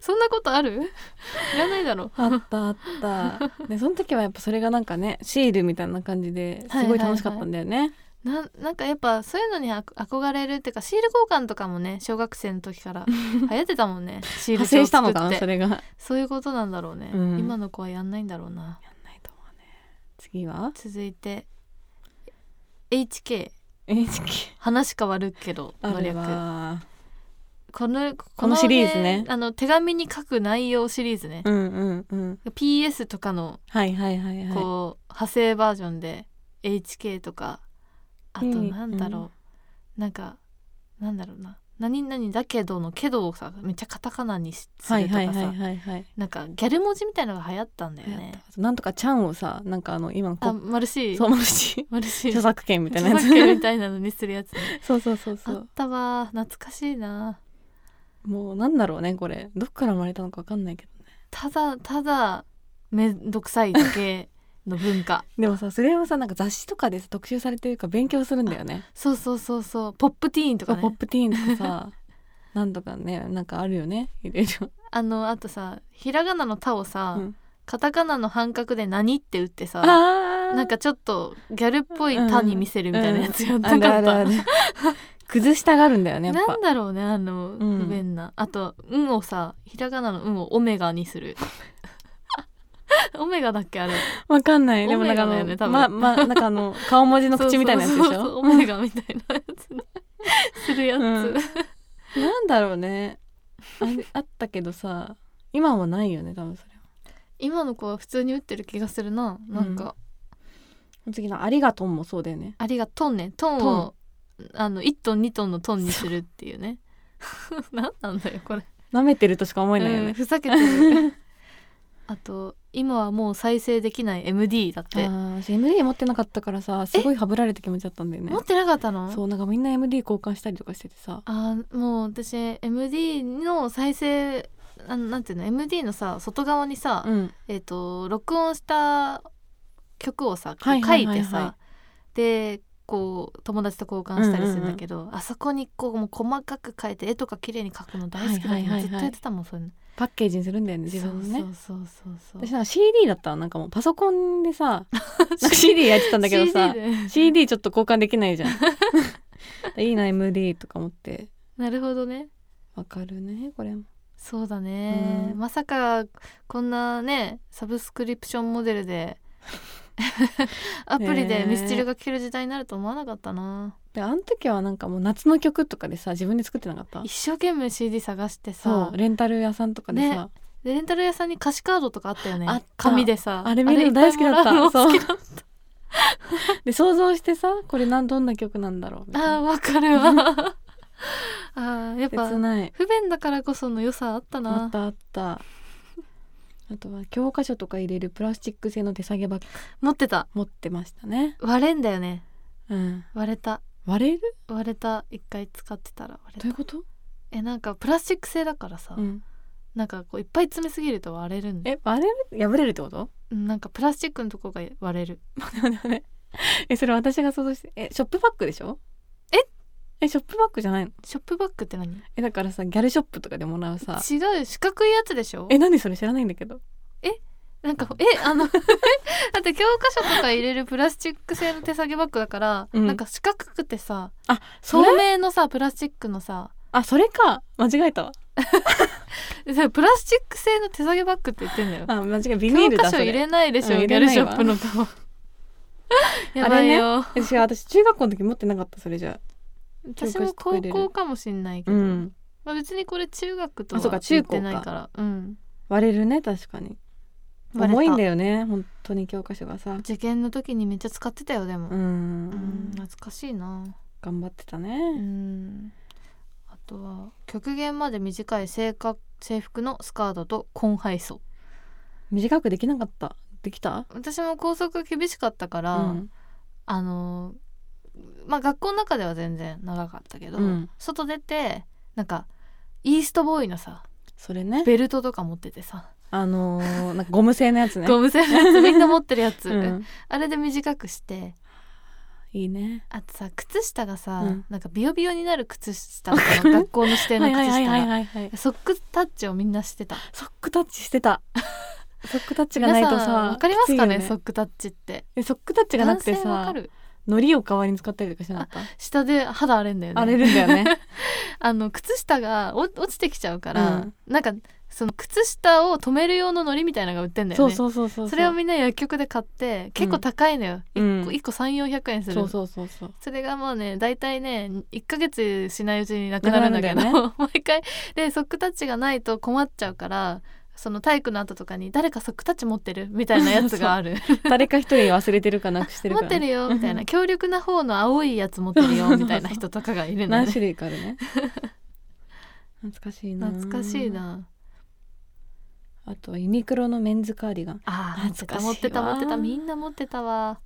S1: そんなことあるいらないだろ
S2: あったあったでその時はやっぱそれがなんかねシールみたいな感じで
S1: はいは
S2: すご
S1: い
S2: い楽しかったんだよね、
S1: なんなんかやっぱそういうのにあ憧れるっていうかシール交換とかもね小学生の時から流行ってたもん ねシール
S2: 派
S1: 帳
S2: 生
S1: を
S2: した
S1: 作
S2: のか
S1: っ
S2: なそ
S1: て
S2: れがやんな
S1: そういうことなんだろうね、
S2: うん
S1: 今の子はやんないんだろうない
S2: と思うね次は
S1: 続いて HK
S2: NHK
S1: 話変わるけどの略
S2: は
S1: このこ
S2: のシリーズね
S1: あの手紙に書く内容シリーズね、
S2: うんうんうん
S1: PS とかの
S2: はいはいはいはい
S1: こう派生バージョンで HK とかあと
S2: うん
S1: なんだろう、
S2: うん
S1: なんかなんだろうな何々だけどのけどをさめっちゃカタカナにしす
S2: はい
S1: るとかさ、
S2: はいはいはいはい
S1: なんかギャル文字みたいのが流行ったんだよ
S2: や
S1: ね
S2: ったなんとかちゃんをさなんかあの今の
S1: あ
S2: こ
S1: マルシー
S2: そうマ ルシ
S1: マルシ
S2: ー
S1: ー
S2: 著作権みたいなや
S1: 著作権み
S2: つ
S1: たいなのにするやつね、
S2: そうそう そう
S1: あ
S2: そ
S1: っ
S2: う
S1: たわ懐かしいな
S2: もうなんだろうねこれどっから生まれたのかわかんないけどね
S1: ただただめんどくさいだけの文化
S2: でもさそれをさなんか雑誌とかでさ特集されてるから勉強するんだよね
S1: そうそうそうそうポップティーンとか
S2: そうポッ
S1: ね
S2: プティーンとかさ なんとかねなんかあるよねいろいろ
S1: あのあとさひらがなの「た」をさ、
S2: うん
S1: カタカナの半角で「何?」って打ってさ
S2: あー
S1: なんかちょっとギャルっぽい「た」に見せるみたいなやつやったか
S2: あ
S1: っ
S2: る
S1: た、
S2: あるある 崩したがるんだよねやっぱ
S1: なんだろうねあの
S2: うん
S1: 不便な、あと「うん」をさひらがなの「うん」をオメガにするオメガだっけあれ
S2: わかんないでもなんかあ
S1: オメガだよね多
S2: の
S1: 分
S2: ままなんか あの顔文字の口みたいなやつでし
S1: そうそうそう
S2: ょ
S1: オメガみたいなやつにするやつ、
S2: うんなんだろうねあれあったけどさ今はないよね多分それは
S1: 今の子は普通に打ってる気がするななんか、
S2: 次の「ありがとう」もそうだよね
S1: ありがとんねトンをあの1トン2トンのトンにするっていうね なんなんだよこれ、
S2: 舐めてるとしか思えないよ
S1: うん
S2: ね、
S1: ふざけて るあと今はもう再生できない MD だっ
S2: あ
S1: て
S2: ー私 MD 持ってなかったからさすごいハブられた気持ちだったんだよね
S1: 持ってなかったの
S2: そうなんかみんな MD 交換したりとかしててさ
S1: あーもう私 MD の再生あのなんていうの MD のさ外側にさ、
S2: うん
S1: えっ、と録音した曲をさ、
S2: はいはいはいはい
S1: 書いてさでこう友達と交換したりするんだけど、あそこにこうもう細かく書いて絵とか綺麗に描くの大好きだから、
S2: はいはいはいはい
S1: ずっとやってたもんそういうの
S2: パッケージにするんだよね自分のね
S1: そうそうそう
S2: 私
S1: そう
S2: なんか CD だったらなんかもうパソコンで さなんか CD やってたんだけどさ
S1: CD で
S2: CD ちょっと交換できないじゃ ん いいな MD とか思って
S1: なるほどね
S2: わかるねこれも
S1: そうだね、
S2: うん
S1: まさかこんなねサブスクリプションモデルで アプリでミスチルが聴ける時代になると思わなかったな、
S2: であの時はなんかもう夏の曲とかでさ自分で作ってなかった
S1: 一生懸命 CD 探してさ
S2: そうレンタル屋さんとかでさ、
S1: でレンタル屋さんに歌詞カードとかあったよね
S2: あった
S1: 紙でさ
S2: あれ見るの大好きだった
S1: あれいっぱいもらうの好きだっ
S2: で想像してさこれなんどんな曲なんだろうみたい
S1: たあー
S2: な
S1: わかる わあーやっぱ
S2: 切ない
S1: 不便だからこその良さあった
S2: あっ
S1: な
S2: たあったあとは教科書とか入れるプラスチック製の手提げバッグ
S1: 持ってた
S2: 持ってましたね
S1: 割れんだよね
S2: うん
S1: 割れた
S2: 割れる
S1: 割れた一回使ってたら割
S2: ど
S1: れ
S2: ういう
S1: た
S2: こと、
S1: えなんかプラスチック製だからさ、
S2: うん、
S1: なんかこういっぱい詰めすぎると割れるんで
S2: え割れる破れるってこと
S1: なんかプラスチックのとこが割れる
S2: 待って待ってえそれ私が想像してえショップバッグでしょ
S1: え
S2: えショップバッグじゃないの
S1: ショップバッグって何
S2: えだからさギャルショップとかでもらうさ
S1: 違う四角いやつでしょ
S2: え何それ知らないんだけど
S1: なんかえあの だって教科書とか入れるプラスチック製の手提げバッグだから、
S2: うん
S1: なんか四角くてさ
S2: あ
S1: 透
S2: それ
S1: 明のさプラスチックのさ
S2: あそれか間違えたわ
S1: えそれプラスチック製の手提げバッグって言ってんだよ
S2: あ間違えビニー
S1: 教
S2: ル
S1: 科
S2: だ
S1: 書
S2: そ
S1: 入
S2: れ
S1: れないでしょ、
S2: う
S1: ギ
S2: ん入
S1: ャ
S2: れ
S1: ル
S2: ない
S1: ショ
S2: わ
S1: ップのと やばいよ、
S2: え違う私中学校の時持ってなかったそれじゃ
S1: 私も高校かもしんないけ
S2: う
S1: ど、
S2: ん
S1: まあ、別にこれ中学とは
S2: あそう
S1: 言
S2: か
S1: ってないからうん
S2: 割れるね確かに
S1: 割れた
S2: 重いんだよね本当に教科書がさ
S1: 受験の時にめっちゃ使ってたよでも、
S2: う
S1: うん
S2: ん
S1: 懐かしいな
S2: 頑張ってた
S1: う
S2: ね
S1: んあとは極限まで短い制服制服のスカートと紺配送
S2: 短くできなかったできた
S1: 私も校則厳しかったから、
S2: うん
S1: あのーまあ学校の中では全然長かったけど、
S2: うん
S1: 外出てなんかイーストボーイの さ
S2: それね
S1: ベルトとか持っててさ、
S2: あの ーなんかゴム製のやつね
S1: ゴム製のやつみんな持ってるやつ、
S2: うん
S1: あれで短くして
S2: いいね
S1: あとさ靴下がさ、
S2: うん
S1: なんかビヨビヨになる靴下とかの学校の指定の 靴下が、
S2: はいはい
S1: ソックタッチをみんなしてた
S2: ソックタッチし てたソックタッチが
S1: 皆
S2: ないと
S1: さん
S2: さ
S1: わかりますかね
S2: きつい
S1: ソ
S2: よ
S1: ックタッチって
S2: えソックタッチがなくて
S1: 男性わ
S2: さ
S1: かる
S2: のりを代わりに使ったりとかしてなかっ
S1: 下で肌荒れんだよ
S2: た
S1: ね
S2: 荒れるんだよね
S1: あの靴下がお落ちてきちゃうから、
S2: うん
S1: なんかその靴下を止める用の糊みたいなのが売ってんだよね
S2: そうそうそうそう
S1: それをみんな薬局で買って結構高いのよ、一
S2: うん
S1: 個1個3400円する
S2: そうそうそうそう
S1: それがもうね大体ね1ヶ月しないうちになくなるんだけど
S2: なくなるんだ
S1: 毎回でソックタッチがないと困っちゃうからその体育の後とかに「誰かソックタッチ持ってる?」みたいなやつがある
S2: 誰か一人忘れてるかなくしてる
S1: 持
S2: か
S1: っ
S2: ら
S1: て る
S2: ね
S1: よみたいな強力な方の青いやつ持ってるよ みたいな人とかがいるの
S2: 何
S1: ね
S2: 種類かあるね懐かしいな
S1: 懐かしいな
S2: あとユニクロのメンズカーディガン
S1: あー持って
S2: 懐か
S1: た
S2: しい
S1: 持
S2: わ
S1: ってた持ってたみんな持ってたわ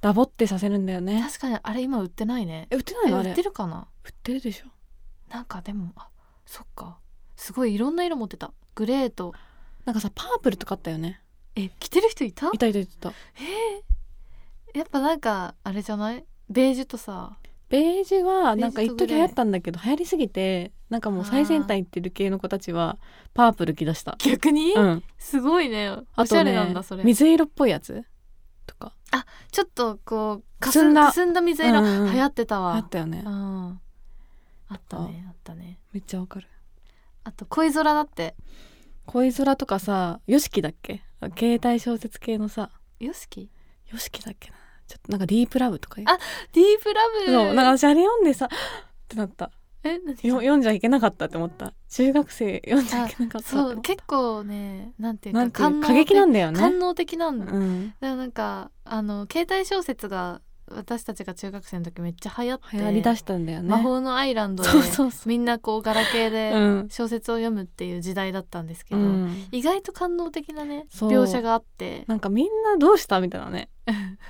S2: ダボってさせるんだよね
S1: 確かにあれ今売ってないね
S2: え売ってな
S1: え
S2: いのあれ
S1: 売ってるかな
S2: 売ってるでしょ
S1: なんかでもあそっかすごいいろんな色持ってたグレーと
S2: なんかさパープルとかあったよね
S1: え着てる人いた
S2: いたいたいたいた
S1: やっぱなんかあれじゃないベージュとさ
S2: ベージュはなんか
S1: ベージュ
S2: 一
S1: とグ
S2: 時
S1: レー
S2: 流行ったんだけど流行りすぎてなんかもう最先端行ってる系の子たちはパープル着だした
S1: 逆に、
S2: うん
S1: すごいねお
S2: あ
S1: しゃ
S2: と
S1: れ
S2: ね
S1: なんだそれち
S2: 水色っぽいやつとか
S1: ょっとこうか
S2: く
S1: す
S2: す
S1: ん
S2: ん
S1: だ
S2: だ
S1: かすんだ水色、
S2: うんうんうん
S1: 流行ってた
S2: あ
S1: わ
S2: ったよね
S1: うんあったねあったね
S2: めっちゃわかる
S1: あと恋空だって
S2: 恋空とかさヨシキだっけ携帯小説系のさ
S1: よしき
S2: ヨシキだっけなちょっとなんかディープラブとかいう
S1: あディープラブ
S2: そうなんか私あれ読んでさってなった
S1: え何
S2: よ読んじゃいけなかったって思った中学生読んじゃいけなかったって
S1: そ
S2: 思
S1: う
S2: った
S1: 結構ねなんていう
S2: なん
S1: か
S2: てい
S1: 官
S2: う
S1: 能
S2: 過激なんだよ
S1: 的
S2: ね
S1: 官能的なんだ、
S2: うん
S1: でもなんかあの携帯小説が私たちが中学生の時めっちゃ流行って
S2: 流行りだしたんだよね
S1: 魔法のアイランドで
S2: そうそうそ
S1: みんなこうガラケー
S2: う
S1: で
S2: うん
S1: 小説を読むっていう時代だったんですけ
S2: う
S1: ど、
S2: ん
S1: 意外と感動的なね
S2: そう
S1: 描写があって
S2: なんかみんなどうしたみたいなね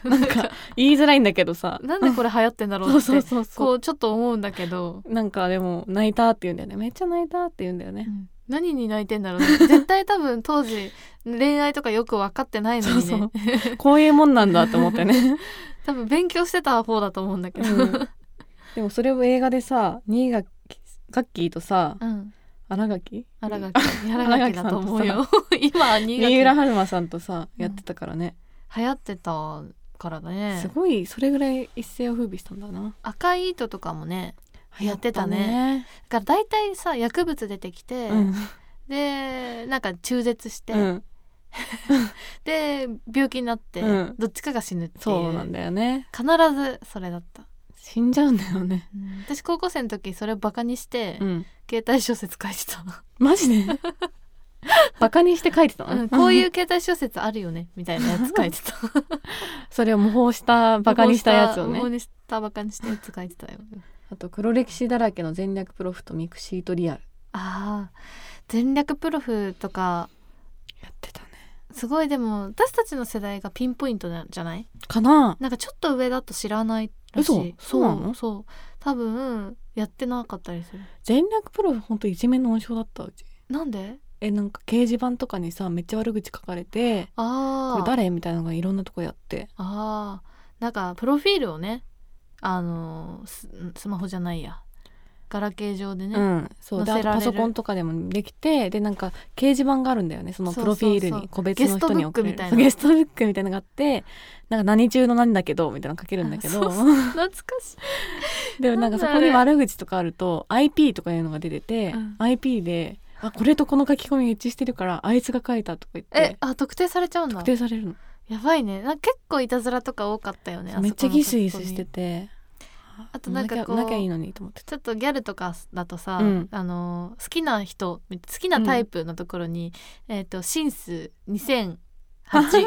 S1: なん
S2: なんか言いづらいんだけどさ
S1: なんでこれ流行ってんだろ
S2: そうう
S1: っ
S2: そう
S1: て
S2: そうそ
S1: こ
S2: う
S1: うちょっと思うんだけど、
S2: なんかでも泣いたって言うんだよねめっちゃ泣いたって言うんだよね
S1: 何に泣いてんだろうね 絶対多分当時恋愛とかよく分かってないのにね
S2: そうそうこういうもんなんだって思ってね、
S1: 多分勉強してた方だと思うんだけど、
S2: うんでもそれを映画でさ新垣ガッキーとさ
S1: うん
S2: 新垣
S1: 新垣新垣だと思うよ今新垣
S2: 三浦
S1: 流
S2: 春馬さんとさ
S1: うん
S2: やってたからね、
S1: 行ってたからね
S2: すごいそれぐらい一世を風靡したんだな
S1: 赤い糸とかもね流行ってたね
S2: ね
S1: だから大体さ薬物出てきて、
S2: うん
S1: でなんか中絶して、
S2: うん
S1: で病気になって、
S2: うん
S1: どっちかが死ぬっていう
S2: そうなんだよね
S1: 必ずそれだった、
S2: 死んじゃうんだよね
S1: 私高校生の時それをバカにして、
S2: うん
S1: 携帯小説書いてた、
S2: マ ジでバカにして書いてたの、
S1: うんこういう携帯小説あるよねみたいなやつ書いて た
S2: それを模倣したバカにしたやつをね
S1: 模倣したバカにしたやつ書いてたよ
S2: あと黒歴史だらけの全略プロフとミクシートリアル
S1: あー全略プロフとか
S2: やってたね
S1: すごいでも私たちの世代がピンポイントなじゃない
S2: かな
S1: なんかちょっと上だと知らないらしい
S2: 嘘そうなの
S1: そう多分やってなかったりする
S2: 全略プロフほんといじめの温床だったうち
S1: なんで
S2: えなんか掲示板とかにさめっちゃ悪口書かれてこ
S1: あ
S2: れ
S1: あ
S2: 誰みたいなのがいろんなとこやって
S1: あーなんかプロフィールをねあのーススマホじゃないやガラケー上でね、
S2: うんそうで
S1: 載せ
S2: あと
S1: られる
S2: パソコンとかでもできてでなんか掲示板があるんだよねそのプロフィール
S1: そうそうそう
S2: に個別の人に送れ
S1: ゲストブックみ
S2: る
S1: たいな
S2: そうゲストブックみたいなのがあってなんか何中の何だけどみたいなの書けるんだけ
S1: あそ
S2: ど
S1: うそう 懐かしい
S2: でもなんかそこに悪口とかあると IP とかいうのが出てて、
S1: うん
S2: IP で「あこれとこの書き込み一致してるからあいつが書いた」とか言っ
S1: え
S2: て
S1: あ特定されちゃうんだ
S2: 特定されるの、
S1: やばいねなんか結構いたずらとか多かったよねあそこの
S2: めっちゃギスギスし
S1: 書
S2: て
S1: き込み
S2: て
S1: あとなんか
S2: なき
S1: こ
S2: ゃ
S1: う
S2: なきゃいいのにと思ってた
S1: ちょっとギャルとかだとさ、
S2: うん
S1: あのー好きな人好きなタイプのところに、えっ、とシンス2008か
S2: うわか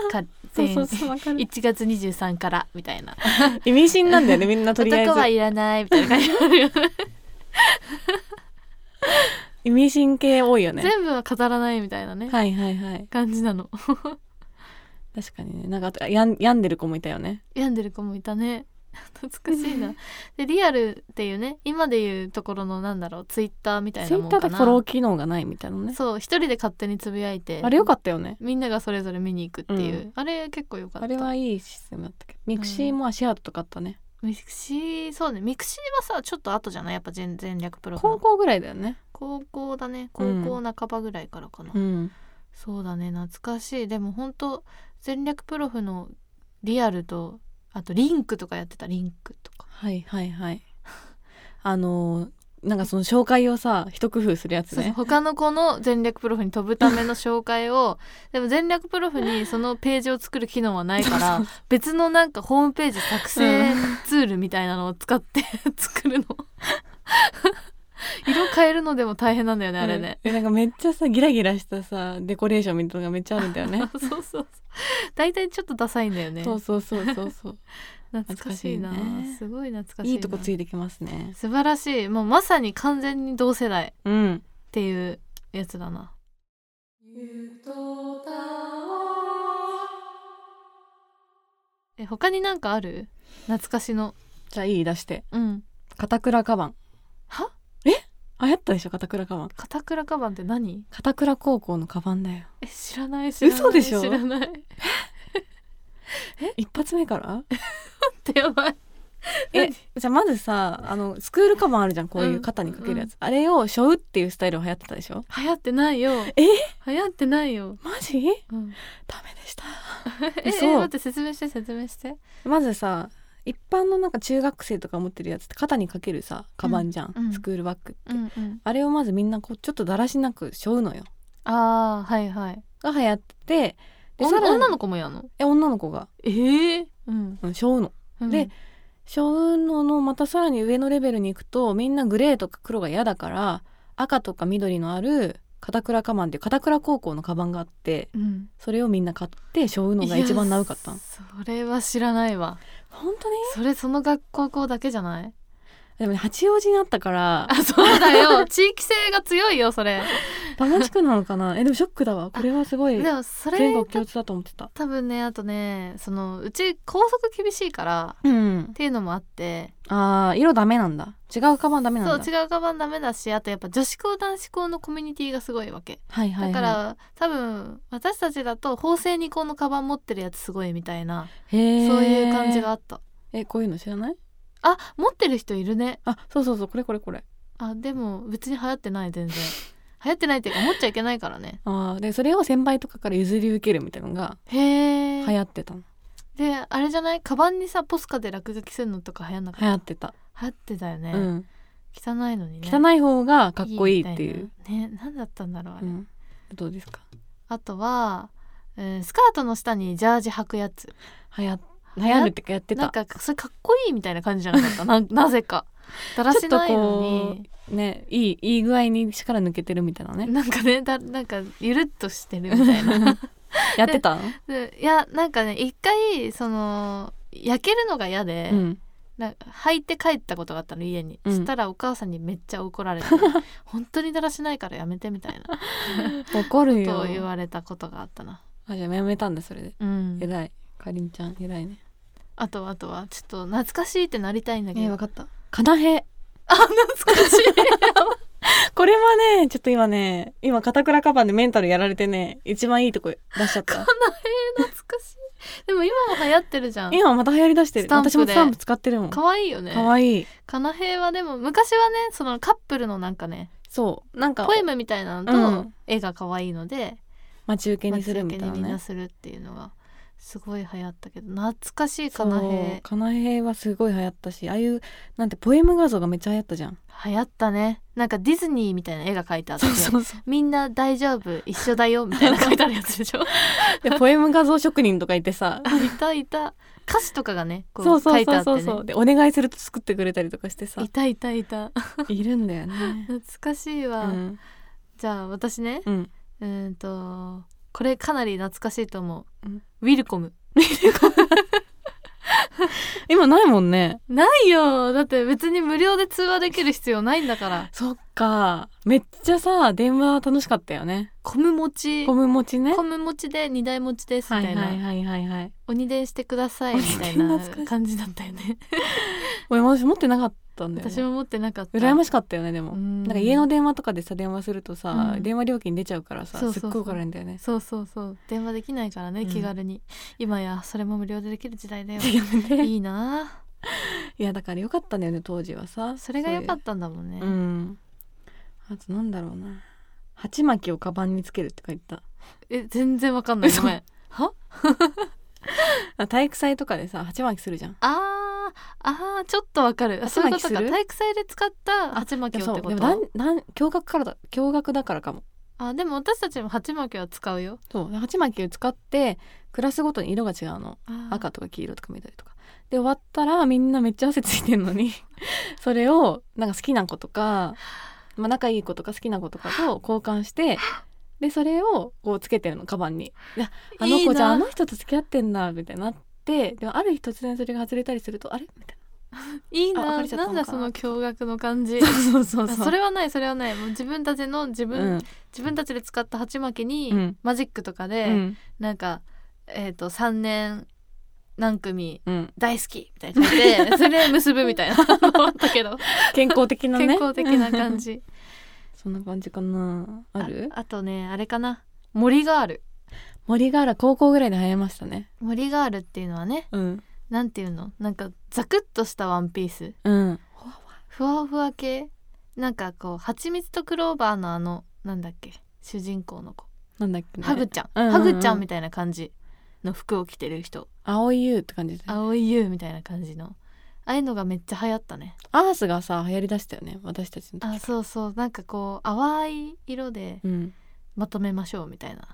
S1: 1月23からみたいな
S2: 意味深なんだよねみ んなとりあえず
S1: 男はいらないみたいな感じになるよね
S2: 意味深系多いよね
S1: 全部は語らないみたいなね、
S2: はいはいはい
S1: 感じなの
S2: 確かにねなんかあとやん病んでる子もいたよね
S1: 病んでる子もいたね懐かし いなでリアルっていうね今でいうところのなんだろうツイッターみたい
S2: ツ
S1: な
S2: イッ
S1: もん
S2: タ
S1: か
S2: ー
S1: な
S2: でフォロー機能がないみたいなね
S1: そう一人で勝手につぶやいて
S2: あれよかったよね
S1: みんながそれぞれ見に行くっていう、
S2: う
S1: あれ結構よかった
S2: あれはいいシステムだったけどミクシーもシェアとかあったね、
S1: ミクシーそうねミクシーはさちょっと後じゃないやっぱ全全略プログラ
S2: 高
S1: ム
S2: 校ぐらいだよね
S1: 高校だね高
S2: うん
S1: 校半ばぐらいからかな、
S2: うん
S1: そうだね懐かしいでも本当全略プロフのリアルとあとリンクとかやってたリンクとか
S2: はいはいはい あのーなんかその紹介をさ一工夫するやつ
S1: そうそう
S2: ね
S1: 他の子の全略プロフに飛ぶための紹介 をでも全略プロフにそのページを作る機能はないから別のなんかホームページ作成ツールみたいなのを使って 作るの色変えるのでも大変なんだよねあれね、
S2: うんえなんかめっちゃさギラギラしたさデコレーションみたいなのがめっ ちゃあるんだよね
S1: そうそうそう大体ちょっとダサいんだよね
S2: そうそうそう そうそう
S1: 懐かしいな
S2: 懐かしいね
S1: すごい懐かしい
S2: い
S1: ない
S2: とこついてきますね
S1: 素晴らしいもうまさに完全に同世代っ
S2: うん
S1: ていうやつだなえ他になんかある懐かしの
S2: じゃあいい出して
S1: うん
S2: 片倉カバン
S1: は
S2: あやったでしょ片倉カバン
S1: 片倉カバンって何
S2: 片倉高校のカバンだよ
S1: え知らない知らない
S2: 嘘でしょ
S1: 知らないっ
S2: 一発目から
S1: てやばい
S2: えじゃあまずさあのスクールカバンあるじゃんこういう
S1: うん
S2: 肩にかけるやつ、あれを背負うっていうスタイルが流行ってたでしょ
S1: 流行ってないよ
S2: え
S1: 流行ってないよ、
S2: マジ
S1: うん、
S2: ダメでした
S1: え
S2: 嘘
S1: え待って説明して説明して
S2: まずさ一般のなんか中学生とか持ってるやつって肩にかけるさカバンじゃん、
S1: うんうん
S2: スクールバッグって、
S1: うんうん
S2: あれをまずみんなこうちょっとだらしなく背負うのよ
S1: ああはいはい
S2: が流行っててで
S1: お
S2: さらに
S1: 女の子もやんの
S2: え女の子が、
S1: ええうん
S2: うん、背負うの
S1: うん
S2: で背負うののまたさらに上のレベルに行くとみんなグレーとか黒が嫌だから赤とか緑のある片倉カバンっていう片倉高校のカバンがあって
S1: うん
S2: それをみんな買って背負うのが一番長かった
S1: い
S2: の
S1: やそれは知らないわ
S2: 本当に
S1: それその学校校だけじゃない
S2: でもね八王子にあったから
S1: あそうだ よ地域性が強いよそれ
S2: 楽しくなのかなえ でもショックだわこれはすごい
S1: でもそれ
S2: 全国共通だと思ってた
S1: 多分ねあとねそのうち校則厳しいから
S2: うん
S1: っていうのもあって
S2: あー色ダメなんだ違うカバンダメなんだ
S1: そう違うカバンダメだしあとやっぱ女子校男子校のコミュニティがすごいわけ
S2: はいはい、は
S1: だか
S2: い、
S1: ら、多分私たちだと法制二校のカバン持ってるやつすごいみたいなそ
S2: そう
S1: うい
S2: いう
S1: 感じがあった
S2: えこういうの知らない
S1: あ持ってる人いるね
S2: あそうそうそうこれこれこれ
S1: あでも別に流行ってない全然流行ってないっていうか持っちゃいけないからね
S2: あーでそれを先輩とかから譲り受けるみたいなのが
S1: へ
S2: 流
S1: え
S2: 行ってたの
S1: であれじゃないカバンにさポスカで落書きするのとか流行んなかった
S2: 流行ってた、
S1: 流行ってたよね、
S2: うん
S1: 汚いのにね
S2: 汚い方がかっこいいっていう
S1: みたいなね何だったんだろうあ
S2: う
S1: れ、
S2: ん、どうですか
S1: あとは、えースカートの下にジャージ履くやつ
S2: 流行流行るってかやって
S1: なん
S2: た
S1: かそれかっこいいみたいな感じじゃなかったな なぜかだらしないのに
S2: ねいいいい具合に力抜けてるみたいなね
S1: なんかねだなんかゆるっとしてるみたい な
S2: やっ てた、
S1: でいやなんかね一回その焼けるのが嫌で、
S2: うん、
S1: なんか履いて帰ったことがあったの家に、
S2: うん
S1: したらお母さんにめっちゃ怒ら れて本当にだらしないからやめてみたいな
S2: 怒るよ
S1: と言われたことがあったな
S2: あじゃあやめたんだそれで
S1: うん
S2: 偉いかりんちゃん偉いね
S1: あとはあとはちょっと懐かしいってなりたいんだけど、
S2: かったかなへ
S1: あ懐かしい
S2: これはねちょっと今ね今片倉カバンでメンタルやられてね一番いいとこ出しちゃった
S1: 懐かしいでも今も流行ってるじゃん
S2: 今また流行り出して
S1: ス
S2: る
S1: タンプで
S2: 私もスタンプ使ってるもんか
S1: 可愛いよね
S2: わいい
S1: かなへいはでも昔はねそのカップルのなんかね
S2: そうなんか
S1: ポエムみたいな
S2: う
S1: のと
S2: ん
S1: 絵が可愛いので、
S2: 待ち受け
S1: 待
S2: に
S1: ち
S2: す
S1: 受
S2: る
S1: け
S2: みた
S1: に
S2: いな
S1: みんな
S2: ね
S1: するっていうのがすごい流行ったけど懐かしい
S2: そ
S1: かなへ
S2: うかなへはすごい流行ったしああいうなんてポエム画像がめっちゃ流行ったじゃん
S1: い流行ったねなんかディズニーみたいな絵が描いてあって
S2: うそう
S1: みんな大丈夫一緒だよみ たいな書いてあるやつでしょ
S2: でポエム画像職人とかいて さ
S1: いたいた歌詞とかがねこ
S2: そううそ
S1: 書
S2: う
S1: いて
S2: そ
S1: あ
S2: う
S1: って
S2: そう
S1: ね
S2: そうでお願いすると作ってくれたりとかしてさ
S1: いたいたいた
S2: いるんだよね
S1: 懐かしいうわ、
S2: ん、
S1: じゃあ私ね
S2: うん、
S1: うーんとこれかなり懐かしいと思う、
S2: うん
S1: ウィルコム
S2: 今ないもんね
S1: ないよだって別に無料で通話できる必要ないんだから
S2: そっかめっちゃさ電話楽しかったよね
S1: コム持ち
S2: コム持ちね
S1: コム持ちで二台持ちです
S2: は
S1: みた
S2: い
S1: いな、
S2: はいはいはいはい
S1: 鬼電してくださいみたいな
S2: 懐かしい
S1: 感じだったよ ね
S2: 俺私持ってなかったんだよ、ね、
S1: 私も持ってなかった
S2: 羨ましかったよねでも
S1: うん
S2: なんか家の電話とかでさ電話するとさ、
S1: うん
S2: 電話料金出ちゃうからさ
S1: そうそうそう
S2: すっごい怒られるんだよね
S1: そうそうそう電話できないからね、
S2: うん
S1: 気軽に今やそれも無料でできる時代 だよ
S2: い
S1: いいな
S2: やだからよかったんだよね当時はさ
S1: あそれが良かったんだもんね、
S2: そういううんあとなんだろうな鉢巻きをカバンにつけるって書いてた
S1: え全然わかんない
S2: 嘘
S1: ごめんは
S2: あ体育祭とかでさ鉢巻きするじゃん
S1: あーあーちょっとわかる
S2: あ
S1: そういうこと
S2: 鉢巻きす
S1: か
S2: る
S1: 体育祭で使った鉢巻
S2: で
S1: き
S2: も
S1: をっ
S2: そう
S1: てこ
S2: でも
S1: と
S2: だんだん驚愕からだ驚愕だからかも
S1: あでも私たちも鉢巻きは使うよ
S2: そう鉢巻きを使ってクラスごとに色が違うの
S1: あー
S2: 赤とか黄色とか緑とかで終わったらみんなめっちゃ汗ついてん のにそれをなんか好きな子とか、まあ、仲いい子とか好きな子とかと交換してでそれをこうつけてるのカバンにいやあの
S1: いい
S2: 子
S1: な
S2: じゃああの人と付き合ってんだみたいになってでもある日突然それが外れたりするとあれみたい
S1: いい
S2: あ
S1: な
S2: 別れちゃった
S1: な
S2: の
S1: ん
S2: か
S1: だ
S2: な
S1: その驚愕の感じ
S2: なそうそう
S1: あそれはないそれはないもう自分たちの自分、
S2: うん
S1: 自分たちで使った鉢巻きに、
S2: うん
S1: マジックとかで、
S2: うん
S1: なんかえっ、と3年何組
S2: うん
S1: 大好きみたいな感じ でそれ結ぶみたいな思ったけど
S2: 健康的なね
S1: 健康的な感じ
S2: そんな感じかなある
S1: あとねあれかな森ガール
S2: 森があら高校ぐらいで流行りましたね
S1: 森ガールっていうのはね
S2: うん
S1: なんていうのなんかザクッとしたワンピース
S2: うん
S1: ふわふわ系なんかこう蜂蜜とクローバーのあのなんだっけ主人公の子
S2: なんだっけ、ね、
S1: ハグちゃん、
S2: うんうんうん
S1: ハグちゃんみたいな感じの服を着てる人
S2: 青い優って感じで
S1: 青い優みたいな感じのああいうのがめっちゃ流行ったね
S2: アースがさ流行りだしたよね私たちの時
S1: あそうそうなんかこう淡い色で
S2: うん、
S1: まとめましょうみたいな
S2: な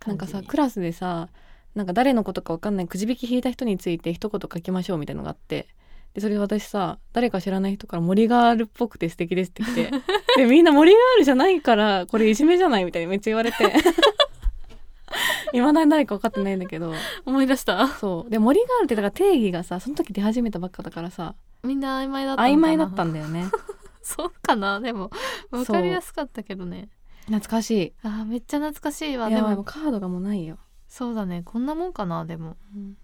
S1: 感
S2: ん
S1: じ
S2: か
S1: に
S2: さクラスでさなんか誰のことかわかんないくじ引き引いた人について一言書きましょうみたいのがあってでそれ私さ誰か知らない人から「森ガールっぽくて素敵です」っ て来てでみんな「森ガールじゃないからこれいじめじゃない」みたいにめっちゃ言われ ていまだに誰か分かってないんだけど
S1: 思い出した
S2: そうで森ガールってだから定義がさその時出始めたばっかだからさ
S1: みんな曖昧だったのかな
S2: 曖昧だったんだよね
S1: そうかなでも
S2: そう
S1: 分かりやすかったけどね
S2: 懐かしい
S1: あーめっちゃ懐かしいわ
S2: い
S1: で
S2: やも
S1: も
S2: うカードがもうないよ、
S1: そうだねこんなもんかなでも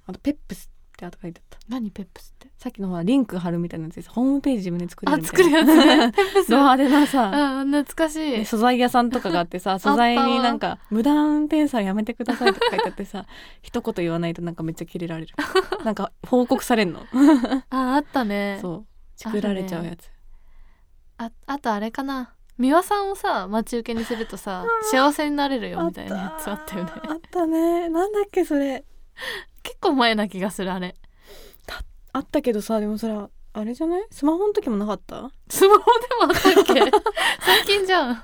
S2: あと「ペップス」ってあと書いてあった
S1: 何ペップスって
S2: さっきのほらリンク貼るみたいなやつですホームページ自分で作れ
S1: あ
S2: るみた
S1: 作る
S2: いな
S1: やつね ペップス
S2: ド
S1: あ
S2: 派手なさ
S1: ー懐かしい
S2: で素材屋さんとかがあってさ素材になんか「無断運転さやめてください」とか書いてあってさ一言言わないとなんかめっちゃキレら れるなんか報告されんの
S1: あーあったね
S2: そうチクられちゃうやつ、
S1: ああとあれかな美輪さんをさ待ち受けにするとさ幸せになれるよみたいなやつあったよね
S2: あったねなんだっけそれ
S1: 結構前な気がするあれ
S2: あったけどさでもそれあれじゃないスマホの時もな かった
S1: スマホでもあったっ け最近じゃん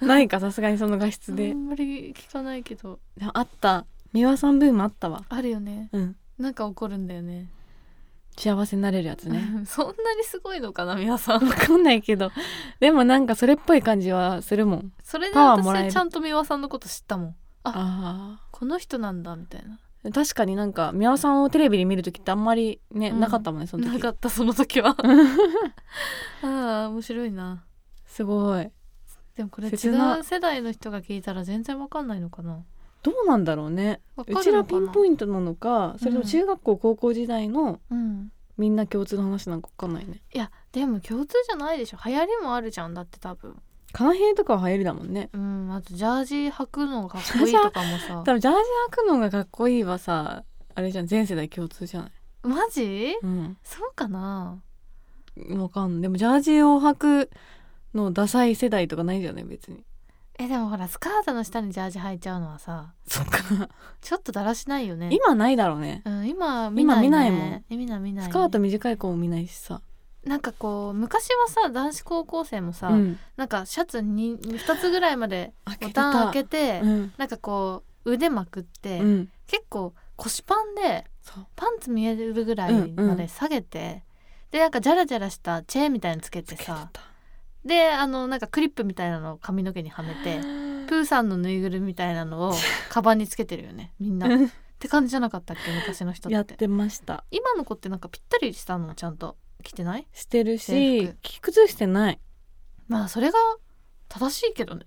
S2: ないかさすがにその画質
S1: あ
S2: で
S1: んまり聞かないけど
S2: でもあった美輪さんブームあったわ
S1: あるよね
S2: うん
S1: なんか怒るんだよね
S2: 幸せになれるやつね
S1: そんなにすごいのかな皆さ ん
S2: わかんないけどでもなんかそれっぽい感じはするもん
S1: それで
S2: パワーもらえ
S1: 私
S2: る
S1: ちゃんと美輪さんのこと知ったもん
S2: あ
S1: この人なんだみたいな
S2: あ確かになんか宮尾さんをテレビで見る時ってあんまりね、
S1: うん
S2: なかったもんねその
S1: な
S2: 時
S1: かったその時 はああ面白いな
S2: すごい
S1: でもこれ違
S2: 切な
S1: う世代の人が聞いたら全然わかんないのかな
S2: どうなんだろうね
S1: わか
S2: うち
S1: る
S2: ら
S1: のか
S2: ピ
S1: な
S2: ンポイントなのかそれとも中学校、高校時代の
S1: うん
S2: みんな共通の話なんかわかんないね
S1: いやでも共通じゃないでしょ流行りもあるじゃんだって多分
S2: カナヘイとかは流行りだもんね
S1: うんあとジャージ履くのがかっこいいとか もさ
S2: 多分ジャージ履くのがかっこいいはさあれじゃん全世代共通じゃない
S1: マジ
S2: うん
S1: そうかな
S2: わかんないでもジャージを履くのダサい世代とかないじゃない別に
S1: えでもほらスカートの下にジャージ履いちゃうのはさ
S2: そっか
S1: ちょっとだらしないよね
S2: 今ないだろうね
S1: うん、今見
S2: 今
S1: ない、ね、
S2: 見ないもん
S1: 見ない見ない
S2: スカート短い子も見ないしさ、
S1: なんかこう昔はさ男子高校生もさ、
S2: うん、
S1: なんかシャツに2つぐらいまで
S2: 開け
S1: ボ
S2: て
S1: タ
S2: た
S1: ン開けて
S2: うん、
S1: なんかこう腕まくって、
S2: うん、
S1: 結構腰パンで
S2: そう
S1: パンツ見えるぐらいまで下げて、でなんかジャラジャラしたチェーンみたいのつけて
S2: つけて
S1: さ
S2: た
S1: であのなんかクリップみたいなのを 髪の毛にはめてプーさんのぬいぐるみみたいなのをカバンにつけてるよねみんな
S2: うん
S1: って感じじゃなかったっけ昔の人
S2: や
S1: っ
S2: っててました
S1: 今の子ってなんかぴったりしたのちゃんと着てない
S2: してる
S1: 制
S2: し
S1: 服
S2: 着崩してない
S1: まあそれが正しいけ どね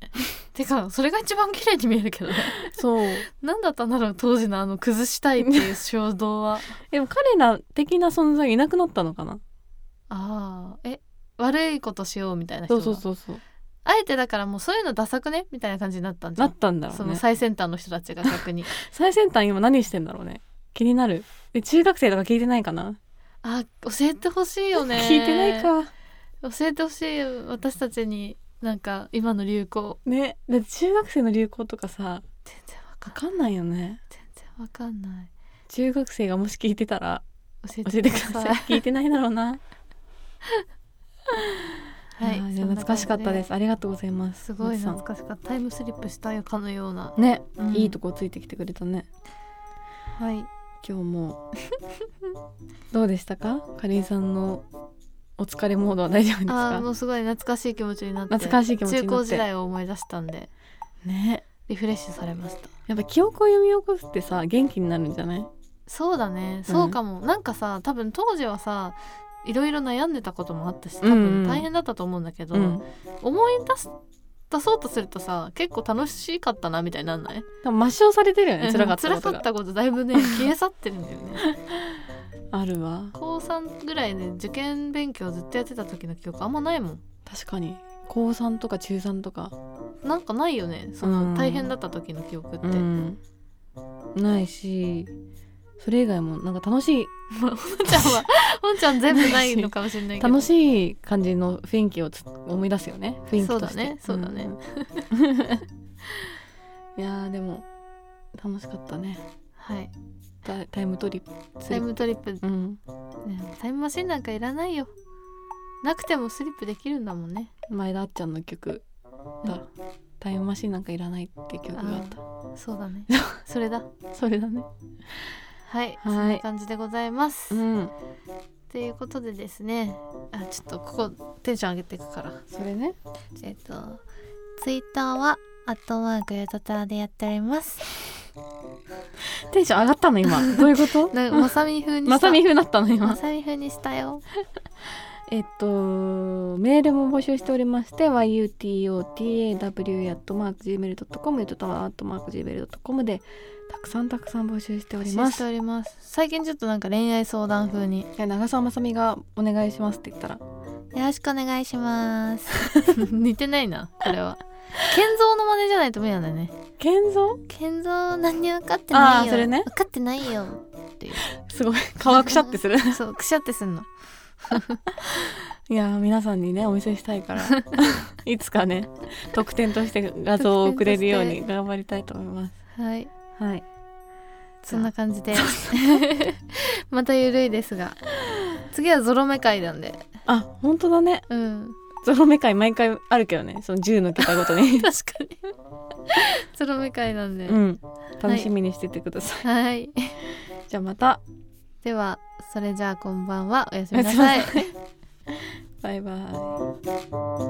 S1: てかそれが一番綺麗に見えるけどね
S2: そう
S1: 何だったんだろう当時のあの崩したいっていう衝動 は
S2: でも彼ら的な存在いなくなったのかな
S1: ああえ悪いことしようみたいな人
S2: そ
S1: が
S2: うそうそうそう
S1: あえてだからもうそういうのダサくねみたいな感じになったんじゃ
S2: なんったんだろ
S1: そう
S2: ね
S1: の最先端の人たちが逆 に
S2: 最先端今何してんだろうね気になるで中学生とか聞いてないかな、
S1: あ教えてほしいよね
S2: 聞いてないか
S1: 教えてほしい私たちになんか今の流行
S2: ねで中学生の流行とかさ
S1: 全然わか
S2: わ
S1: ん
S2: かんないよね
S1: 全然わかんない
S2: 中学生がもし聞いてたら
S1: 教
S2: 教えてください聞いてないだろうな
S1: はい
S2: あーじゃあ懐かしかったですありがとうございます
S1: すごい
S2: 松さ
S1: 懐
S2: ん
S1: かしかったタイムスリップしたよかのような
S2: ね、
S1: うん
S2: いいとこついてきてくれたね
S1: はい
S2: 今日もどうでしたかかりんさんのお疲れモードは大丈夫です
S1: あーも
S2: か
S1: うすごい懐かしい気持ちになって
S2: 懐かしい気持ちになって
S1: 中高時代を思い出したんで
S2: ね
S1: リフレッシュされました
S2: やっぱ記憶を読み起こすってさ元気になるんじゃない
S1: そうだねそうかも、なんかさ多分当時はさいろいろ悩んでたこともあったし多
S2: うんう
S1: 分
S2: ん
S1: 大変だったと思うんだけど、
S2: うん
S1: 思い出す出そうとするとさ結構楽しかったなみたいになんない
S2: 多分抹消されてるよね
S1: 辛
S2: 辛かったこと
S1: か
S2: が
S1: ったことだいぶね消え去ってるんだよ ね
S2: あるわ
S1: 高3ぐらいで受験勉強ずっとやってた時の記憶あんまないもん
S2: 確かに高3とか中3とか
S1: なんかないよねそ
S2: うん
S1: の大変だった時の記憶って、
S2: うんないしそれ以外もなんか楽しい
S1: まあ、ほんちゃんはほんちゃん全部ないのかもしれないけど
S2: 楽しい感じの雰囲気をつ思い出すよね雰囲気として
S1: そうだね、
S2: うん いやーでも楽しかったね
S1: はい
S2: タイタイムトリップ
S1: タイムトリップ、ね
S2: うん
S1: タイムマシンなんかいらないよなくてもスリップできるんだもんね
S2: 前田あっちゃんの曲だ、タイムマシンなんかいらないって曲があっ
S1: そうだねそれだ
S2: たそれだね
S1: はい、そ
S2: はい
S1: んな感じでございます、
S2: うん
S1: ということでですねあちょっとここテンション上げていくから
S2: それね
S1: えっとツイッターはアットマークヨタタでやっております
S2: テンション上がったの今どういうこと
S1: なんかまさみ風に
S2: まさみ風になったの今
S1: まさみ風にしたよ
S2: えっと、メールも募集しておりまして、yutotaw.gmail.com、yutotaw.gmail.com で、たくさんたくさん募集してお
S1: 募
S2: り
S1: 集し
S2: ま
S1: て
S2: す。
S1: おります最近ちょっとなんか恋愛相談風に
S2: え長澤まさみがお願いしますって言ったら、
S1: よろしくお願いします 似てないなこれは健三の真似じゃないと無理なんだよね
S2: 健三
S1: 健三何にも分かってない
S2: あー
S1: よ
S2: それね
S1: 分かってないよっていう
S2: すごい、顔くしゃってする。
S1: そうくしゃってすんの
S2: いやー、皆さんにね、お見せしたい から、いつかね、特典として画像を送れるように頑張りたいと思います。
S1: はい
S2: はい。
S1: そんな感じで またゆるいですが次はゾロ目会なんで
S2: あ、本当だね。
S1: うん
S2: ゾロ目会毎回あるけどね、その10の桁ごとに。
S1: 確かに ゾロ目会なんで、
S2: うん。楽しみにしててください
S1: はい
S2: じゃあまた。
S1: ではそれじゃあこんばんはおやすみなさい
S2: バイバイ。